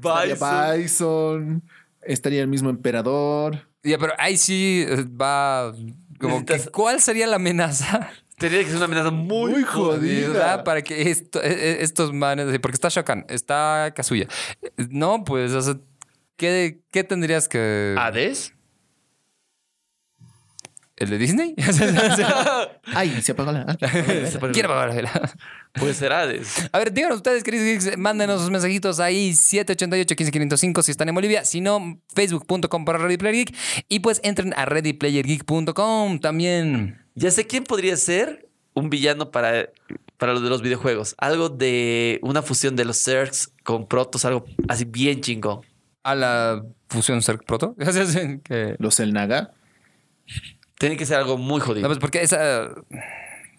[SPEAKER 2] Bison.
[SPEAKER 3] Estaría Bison. Estaría el mismo emperador.
[SPEAKER 1] Ya, pero ahí sí eh, va como que,
[SPEAKER 2] Necesitas-
[SPEAKER 1] ¿cuál sería la amenaza?
[SPEAKER 2] Tendría que ser una amenaza muy,
[SPEAKER 3] Muy
[SPEAKER 2] jodida.
[SPEAKER 3] jodida.
[SPEAKER 1] ¿Verdad? Para que esto- eh, eh, estos manes, porque está Shokan, está Kazuya. Eh, No, pues, o sea, ¿qué, qué tendrías que...
[SPEAKER 2] ¿Hades?
[SPEAKER 1] ¿El de Disney?
[SPEAKER 3] Ay, se apagó la.
[SPEAKER 1] Quiero pagar la vela.
[SPEAKER 2] Puede ser Hades.
[SPEAKER 1] A ver, díganos ustedes, queridos geeks, mándenos sus mensajitos ahí, 788-15505 si están en Bolivia, si no, facebook.com para Ready Player Geek y pues entren a readyplayergeek.com también.
[SPEAKER 2] Ya sé quién podría ser un villano para, para lo de los videojuegos. Algo de una fusión de los Zergs con Protos, algo así bien chingón.
[SPEAKER 1] A la fusión Ser Proto. Que-
[SPEAKER 3] Los El Naga.
[SPEAKER 2] Tiene que ser algo muy
[SPEAKER 1] No,
[SPEAKER 2] jodido.
[SPEAKER 1] pues porque esa...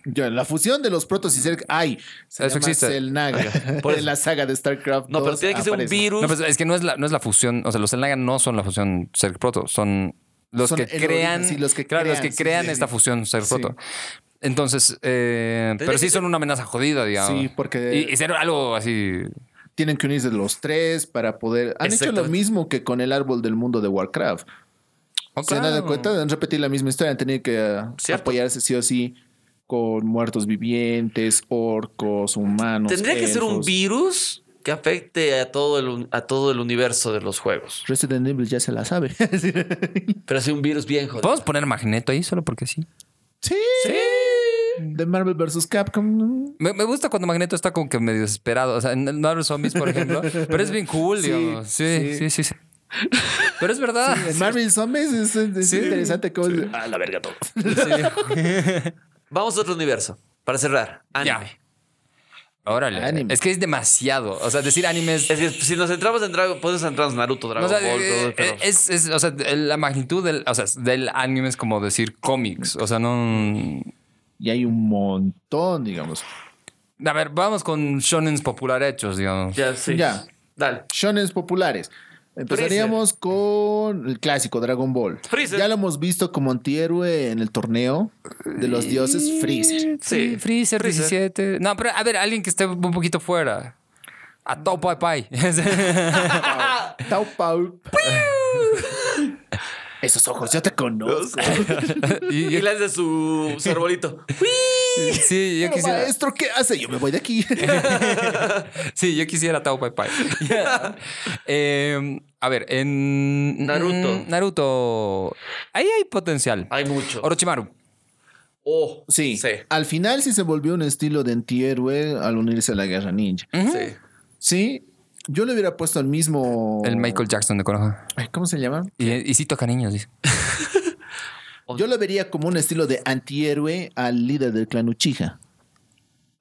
[SPEAKER 3] Yo, la fusión de los protos y Zerg. Ay, se
[SPEAKER 1] Eso
[SPEAKER 3] llama
[SPEAKER 1] existe.
[SPEAKER 3] Cell Naga.
[SPEAKER 2] Por eso.
[SPEAKER 3] en la saga de StarCraft.
[SPEAKER 2] No, pero
[SPEAKER 3] 2
[SPEAKER 2] tiene que ser un
[SPEAKER 3] aparece.
[SPEAKER 2] virus.
[SPEAKER 1] No, pues es que no es la, no es la fusión, o sea, los Elnaga no son la fusión Ser Proto, son los
[SPEAKER 3] Son
[SPEAKER 1] que
[SPEAKER 3] el
[SPEAKER 1] crean,
[SPEAKER 3] origen, sí, los que
[SPEAKER 1] claro, los
[SPEAKER 3] crean,
[SPEAKER 1] que
[SPEAKER 3] sí,
[SPEAKER 1] crean
[SPEAKER 3] sí, sí.
[SPEAKER 1] esta fusión Ser
[SPEAKER 3] Sí.
[SPEAKER 1] Proto. Entonces, eh,
[SPEAKER 2] Tendría
[SPEAKER 1] pero
[SPEAKER 2] que
[SPEAKER 1] sí
[SPEAKER 2] ser-
[SPEAKER 1] son una amenaza jodida, digamos.
[SPEAKER 3] Sí, pues, porque-
[SPEAKER 1] Y, y ser algo así...
[SPEAKER 3] Tienen que unirse los tres para poder. Han hecho lo
[SPEAKER 2] Exactamente.
[SPEAKER 3] mismo que con el árbol del mundo de Warcraft.
[SPEAKER 1] Oh,
[SPEAKER 3] Se han dado
[SPEAKER 1] claro.
[SPEAKER 3] cuenta de repetir la misma historia. Han tenido que ah,
[SPEAKER 2] Cierto.
[SPEAKER 3] apoyarse sí o sí con muertos vivientes, orcos, humanos.
[SPEAKER 2] Tendría que ser un
[SPEAKER 3] elfos.
[SPEAKER 2] virus que afecte a todo el, un- a todo el universo de los juegos.
[SPEAKER 3] Resident Evil ya se la sabe. sí.
[SPEAKER 2] Pero así un virus bien jodido.
[SPEAKER 1] ¿Podemos poner Magneto ahí solo porque sí?
[SPEAKER 3] De Marvel vs. Capcom.
[SPEAKER 1] Me, me gusta cuando Magneto está como que medio desesperado. O sea, en Marvel Zombies, por ejemplo. pero es bien cool,
[SPEAKER 3] Sí,
[SPEAKER 1] digamos. Sí, sí,
[SPEAKER 3] sí.
[SPEAKER 1] sí. sí. Pero es verdad.
[SPEAKER 3] En Marvel Zombies es, es
[SPEAKER 1] Sí.
[SPEAKER 3] interesante cómo
[SPEAKER 2] A la verga todo.
[SPEAKER 1] Sí.
[SPEAKER 2] Vamos a otro universo. Para cerrar, anime.
[SPEAKER 1] Órale.
[SPEAKER 3] Anime.
[SPEAKER 1] Es que es demasiado. O sea, decir anime es.
[SPEAKER 2] Es que si nos entramos en Dragon, podemos entrarnos Naruto,
[SPEAKER 1] o
[SPEAKER 2] Dragon
[SPEAKER 1] sea,
[SPEAKER 2] Ball, todo,
[SPEAKER 1] eh,
[SPEAKER 2] pero-
[SPEAKER 1] es, es- o sea, la magnitud del, o sea, del anime es como decir cómics. O sea, no.
[SPEAKER 3] Y hay un montón, digamos.
[SPEAKER 1] A ver, vamos con shonens popular hechos, digamos.
[SPEAKER 2] Ya, sí.
[SPEAKER 3] Ya.
[SPEAKER 2] Dale.
[SPEAKER 3] Shonens populares. Empezaríamos con el clásico Dragon Ball.
[SPEAKER 2] Freezer.
[SPEAKER 3] Ya lo hemos visto como antihéroe en el torneo de los dioses Freezer.
[SPEAKER 1] Sí,
[SPEAKER 2] Sí.
[SPEAKER 1] Freezer,
[SPEAKER 2] Freezer.
[SPEAKER 1] 17. No, pero a ver, alguien que esté un poquito fuera. A Top Pai Pai.
[SPEAKER 3] Tau Pau. Esos ojos, yo te conozco.
[SPEAKER 1] Y-
[SPEAKER 2] Y lanza su, su arbolito.
[SPEAKER 1] Sí, yo
[SPEAKER 3] Pero,
[SPEAKER 1] quisiera,
[SPEAKER 3] maestro, ¿qué hace? Yo me voy de aquí.
[SPEAKER 1] sí, yo quisiera Tao Pai Pai. Ya. Eh, a ver, en
[SPEAKER 2] Naruto. Ah,
[SPEAKER 1] mm, Naruto. Ahí hay potencial.
[SPEAKER 2] Hay mucho.
[SPEAKER 1] Orochimaru.
[SPEAKER 2] Oh,
[SPEAKER 3] Sí.
[SPEAKER 2] Sí.
[SPEAKER 3] Al final sí se volvió un estilo de antihéroe al unirse a la guerra ninja.
[SPEAKER 2] Sí.
[SPEAKER 3] Sí. Yo le hubiera puesto el mismo.
[SPEAKER 1] El Michael Jackson de Konoha.
[SPEAKER 3] Ay, ¿Cómo se llama?
[SPEAKER 1] Y, y sí toca niños, dice.
[SPEAKER 3] Yo lo vería como un estilo de antihéroe al líder del clan Uchiha,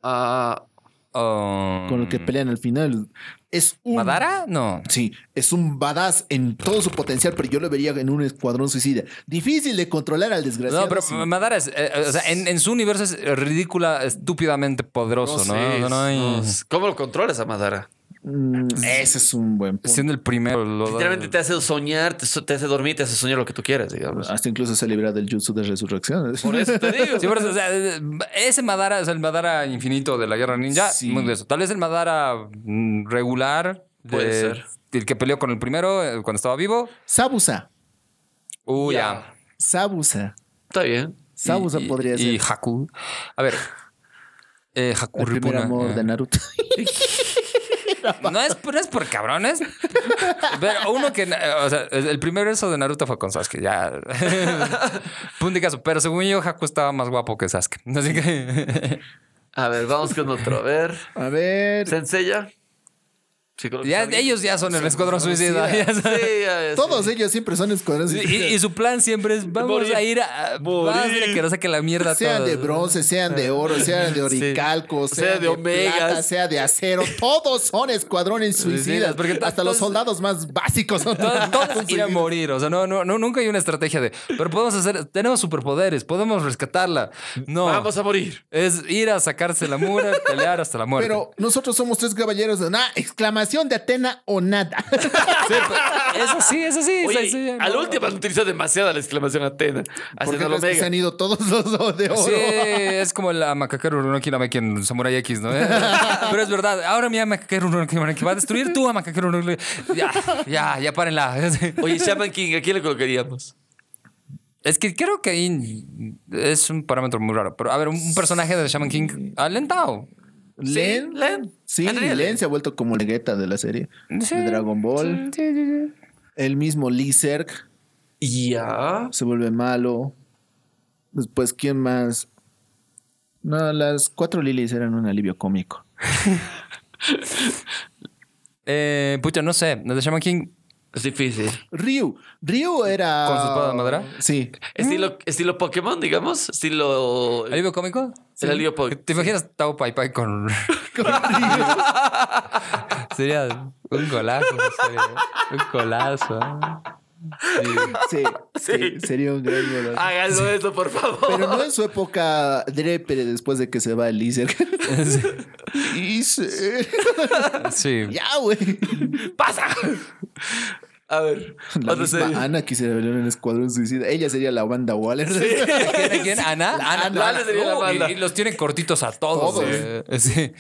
[SPEAKER 2] Ah,
[SPEAKER 1] Oh,
[SPEAKER 3] con el que pelean al final. Es un.
[SPEAKER 1] ¿Madara? No.
[SPEAKER 3] Sí, es un badass en todo su potencial, pero yo lo vería en un escuadrón suicida. Difícil de controlar al desgraciado.
[SPEAKER 1] No, pero
[SPEAKER 3] sí.
[SPEAKER 1] Madara es. eh, o sea, en, en su universo es ridícula, estúpidamente poderoso, ¿no?
[SPEAKER 2] sí,
[SPEAKER 1] No, no hay-
[SPEAKER 2] no, ¿Cómo lo controlas a Madara?
[SPEAKER 3] Mm, ese es un buen punto.
[SPEAKER 1] Siendo el primero. lo-
[SPEAKER 2] Literalmente te hace soñar, te, so- te hace dormir, te hace soñar lo que tú quieras, digamos.
[SPEAKER 3] Hasta incluso se libera del jutsu de resurrección.
[SPEAKER 2] Por eso te digo.
[SPEAKER 1] Sí, por eso, o sea, ese Madara es el Madara infinito de la Guerra Ninja.
[SPEAKER 3] Sí.
[SPEAKER 1] Muy de eso. Tal vez el Madara mm, regular. de-
[SPEAKER 2] Puede ser.
[SPEAKER 1] El que peleó con el primero eh, cuando estaba vivo.
[SPEAKER 3] Sabusa.
[SPEAKER 1] Uh, ya.
[SPEAKER 2] Ya.
[SPEAKER 3] Sabusa.
[SPEAKER 2] Está bien.
[SPEAKER 3] Sabusa
[SPEAKER 1] Y- y-
[SPEAKER 3] podría ser
[SPEAKER 1] Y Haku. A ver. Eh, Haku
[SPEAKER 3] el primer
[SPEAKER 1] Ripuna.
[SPEAKER 3] amor de Naruto.
[SPEAKER 1] No es, no es por cabrones. Pero uno que. eh, O sea, el primer verso de Naruto fue con Sasuke. Ya. Punto y caso. Pero según yo, Haku estaba más guapo que Sasuke. Así que.
[SPEAKER 2] A ver, vamos con otro. A ver.
[SPEAKER 3] A ver.
[SPEAKER 2] Sencilla.
[SPEAKER 1] Ya, ellos ya son el escuadrón suicida. ya
[SPEAKER 2] Sí,
[SPEAKER 1] sabes.
[SPEAKER 2] ya, ya,
[SPEAKER 3] Todos
[SPEAKER 2] sí.
[SPEAKER 3] ellos siempre son escuadrones.
[SPEAKER 1] Y, y su plan siempre es: vamos
[SPEAKER 2] Morir.
[SPEAKER 1] a ir a. Vamos a ir a que nos saque la mierda a
[SPEAKER 3] Sean de
[SPEAKER 1] todos.
[SPEAKER 3] bronce, sean de oro, sean de oricalco,
[SPEAKER 2] Sea
[SPEAKER 3] sean
[SPEAKER 2] de
[SPEAKER 3] de,
[SPEAKER 2] omegas.
[SPEAKER 3] plata, sea de acero. Todos son escuadrones suicidas.
[SPEAKER 1] porque to-
[SPEAKER 3] hasta los
[SPEAKER 1] todos-
[SPEAKER 3] soldados más básicos son
[SPEAKER 1] Todos, todos ir a morir. O sea, no, no, no, nunca hay una estrategia de. Pero podemos hacer. Tenemos superpoderes, podemos rescatarla. No.
[SPEAKER 2] Vamos a morir.
[SPEAKER 1] Es ir a sacarse la mura, pelear hasta la muerte.
[SPEAKER 3] Pero nosotros somos tres caballeros de una exclamación de Atena o nada.
[SPEAKER 1] Sí, pero- es así, es así.
[SPEAKER 2] Oye,
[SPEAKER 1] es así,
[SPEAKER 2] a la
[SPEAKER 1] no.
[SPEAKER 2] última han utilizado demasiada la exclamación Atena. Así
[SPEAKER 3] Porque
[SPEAKER 2] no lo
[SPEAKER 3] crees que se
[SPEAKER 2] mega.
[SPEAKER 3] han ido todos los de oro.
[SPEAKER 1] Sí, es como la Macaquero Uronoki Nameki en Samurai X, ¿no? Pero es verdad, ahora mi Macaquero Uronoki Nameki va a destruir tu Macaquero Uronoki. Ya, ya, ya párenla.
[SPEAKER 2] Oye, Shaman King, ¿a quién le colocaríamos?
[SPEAKER 1] Es que creo que ahí es un parámetro muy raro. Pero a ver, un personaje de Shaman King alentado.
[SPEAKER 3] Len.
[SPEAKER 2] Sí, Len.
[SPEAKER 3] Sí,
[SPEAKER 2] En realidad,
[SPEAKER 3] Len se ha vuelto como legueta de la serie.
[SPEAKER 1] Sí.
[SPEAKER 3] de Dragon Ball.
[SPEAKER 1] Sí, sí, sí.
[SPEAKER 3] El mismo Lee Serk
[SPEAKER 2] Ya.
[SPEAKER 3] se vuelve malo. Después, ¿quién más? No, las cuatro lilies eran un alivio cómico.
[SPEAKER 1] Eh, pucha, no sé, de Shaman King.
[SPEAKER 2] Es difícil.
[SPEAKER 3] Mm. Ryu. Ryu era.
[SPEAKER 1] ¿Con su espada de madera?
[SPEAKER 3] Sí.
[SPEAKER 2] Estilo, estilo Pokémon, digamos. Estilo. El
[SPEAKER 1] ¿Alivio cómico?
[SPEAKER 2] alivio po-
[SPEAKER 1] ¿Te imaginas Tao Pai Pai con... sería un golazo. sería un golazo. ¿eh?
[SPEAKER 3] Sí, sí, Sería un gran golazo.
[SPEAKER 2] Háganlo eso, por favor.
[SPEAKER 3] Pero no en su época drépere después de que se va el Lee Serk. Lee Serk.
[SPEAKER 1] Sí.
[SPEAKER 3] Ya, güey.
[SPEAKER 2] ¡Pasa! A ver.
[SPEAKER 3] La
[SPEAKER 2] otra
[SPEAKER 3] misma
[SPEAKER 2] serie.
[SPEAKER 3] Ana que se reveló en el Escuadrón Suicida. Ella sería la banda Waller.
[SPEAKER 1] ¿Quién? ¿A quién? ¿Ana? Ana,
[SPEAKER 2] Ana. Ana sería la
[SPEAKER 1] No,
[SPEAKER 2] mala.
[SPEAKER 1] y, y los tienen cortitos a todos.
[SPEAKER 3] Todos.
[SPEAKER 1] eh. Sí.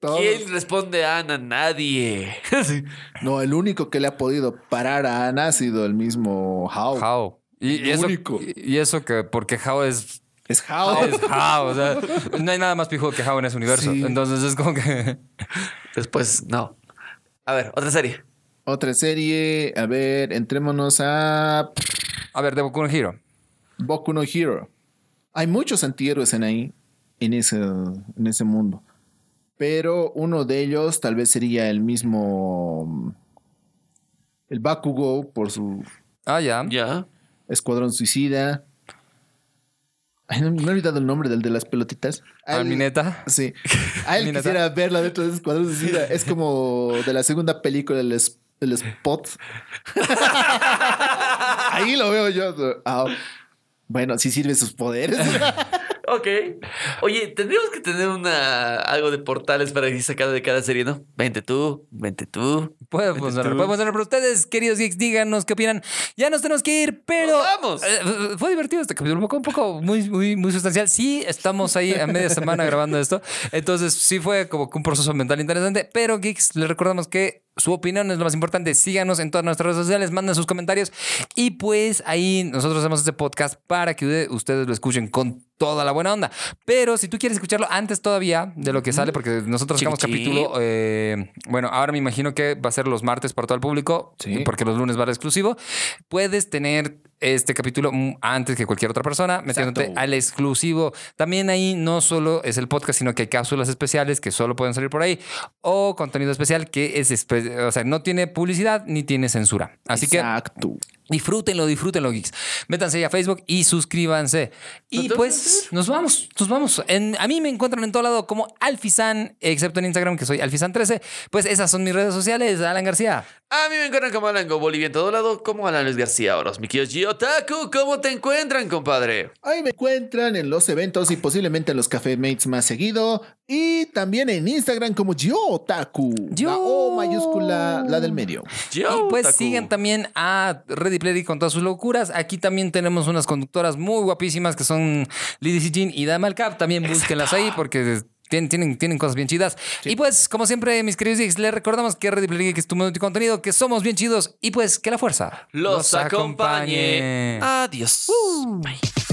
[SPEAKER 3] Todos.
[SPEAKER 2] ¿Quién responde a Ana? Nadie.
[SPEAKER 3] No, el único que le ha podido parar a Ana ha sido el mismo How.
[SPEAKER 1] Jao. Y, y eso,
[SPEAKER 3] Único.
[SPEAKER 1] y eso que porque Jao es...
[SPEAKER 3] Es How.
[SPEAKER 1] Es Jao. O sea, no hay nada más pijo que Jao en ese universo.
[SPEAKER 3] Sí.
[SPEAKER 1] Entonces es como que...
[SPEAKER 2] Después, no. A ver, otra serie.
[SPEAKER 3] Otra serie. A ver, entrémonos a
[SPEAKER 1] A ver, debo con un giro.
[SPEAKER 3] Boku no Hero. Hay muchos antihéroes en ahí, en ese, en ese mundo. Pero uno de ellos tal vez sería el mismo. mm, El Bakugo por su
[SPEAKER 1] Ah, ya.
[SPEAKER 2] Ya.
[SPEAKER 3] Escuadrón Suicida. Ay, no, me he olvidado el nombre del de las pelotitas.
[SPEAKER 1] Ah,
[SPEAKER 3] Al-
[SPEAKER 1] Almineta.
[SPEAKER 3] Sí. A él
[SPEAKER 1] Mineta.
[SPEAKER 3] quisiera verla dentro de ese Escuadrón Suicida. Es como de la segunda película, el, es- el spot. Ahí lo veo yo. Ah, bueno, sí sirve sus poderes.
[SPEAKER 2] Ok. Oye, tendríamos que tener una algo de portales para ir sacando de cada serie, ¿no? Vente tú, vente tú.
[SPEAKER 1] Puede funcionar, puede funcionar. Pero ustedes, queridos geeks, díganos qué opinan. Ya nos tenemos que ir, pero.
[SPEAKER 2] ¡Nos vamos!
[SPEAKER 1] Eh, fue divertido este capítulo, un poco, un poco muy, muy, muy sustancial. Sí, estamos ahí a media semana grabando esto. Entonces, sí fue como que un proceso mental interesante. Pero, geeks, les recordamos que su opinión es lo más importante. Síganos en todas nuestras redes sociales, manden sus comentarios. Y pues ahí nosotros hacemos este podcast para que ude- ustedes lo escuchen con toda la buena onda. Pero si tú quieres escucharlo antes todavía de lo que sale, porque nosotros sacamos
[SPEAKER 2] Chiquichi.
[SPEAKER 1] capítulo eh, bueno, ahora me imagino que va a ser los martes para todo el público,
[SPEAKER 3] Sí.
[SPEAKER 1] porque los lunes va a ser exclusivo. Puedes tener este capítulo mm, antes que cualquier otra persona, metiéndote
[SPEAKER 3] Exacto.
[SPEAKER 1] al exclusivo. También ahí no solo es el podcast, sino que hay cápsulas especiales que solo pueden salir por ahí o contenido especial que es, espe- o sea, no tiene publicidad ni tiene censura. Así
[SPEAKER 3] Exacto.
[SPEAKER 1] que disfrútenlo, disfrútenlo, geeks. Métanse ahí a Facebook y suscríbanse. Y
[SPEAKER 2] ¿Nos
[SPEAKER 1] pues nos vamos, nos vamos. En- a mí me encuentran en todo lado como Alfisan, excepto en Instagram, que soy Alfisan13. Pues esas son mis redes sociales, Alan García.
[SPEAKER 2] A mí me encuentran como Alan Go Bolivia en todo lado, como Alan Luis García Oros. Mi querido Giotaku, ¿cómo te encuentran, compadre?
[SPEAKER 3] Ahí me encuentran en los eventos y posiblemente en los Café Mates más seguido. Y también en Instagram como Yo Otaku.
[SPEAKER 1] Yo.
[SPEAKER 3] La O mayúscula, la del medio.
[SPEAKER 1] Y pues
[SPEAKER 2] Giotaku.
[SPEAKER 1] sigan también a Ready Player Geek con todas sus locuras. Aquí también tenemos unas conductoras muy guapísimas que son Lady Sijin y Dama al Cap. También búsquenlas ahí porque tienen, tienen, tienen cosas bien chidas. Y pues, como siempre, mis queridos geeks, les recordamos que Ready Player Geek es tu mundo de contenido, que somos bien chidos y pues que la fuerza
[SPEAKER 3] Uh.
[SPEAKER 2] Los acompañe. Adiós. Bye.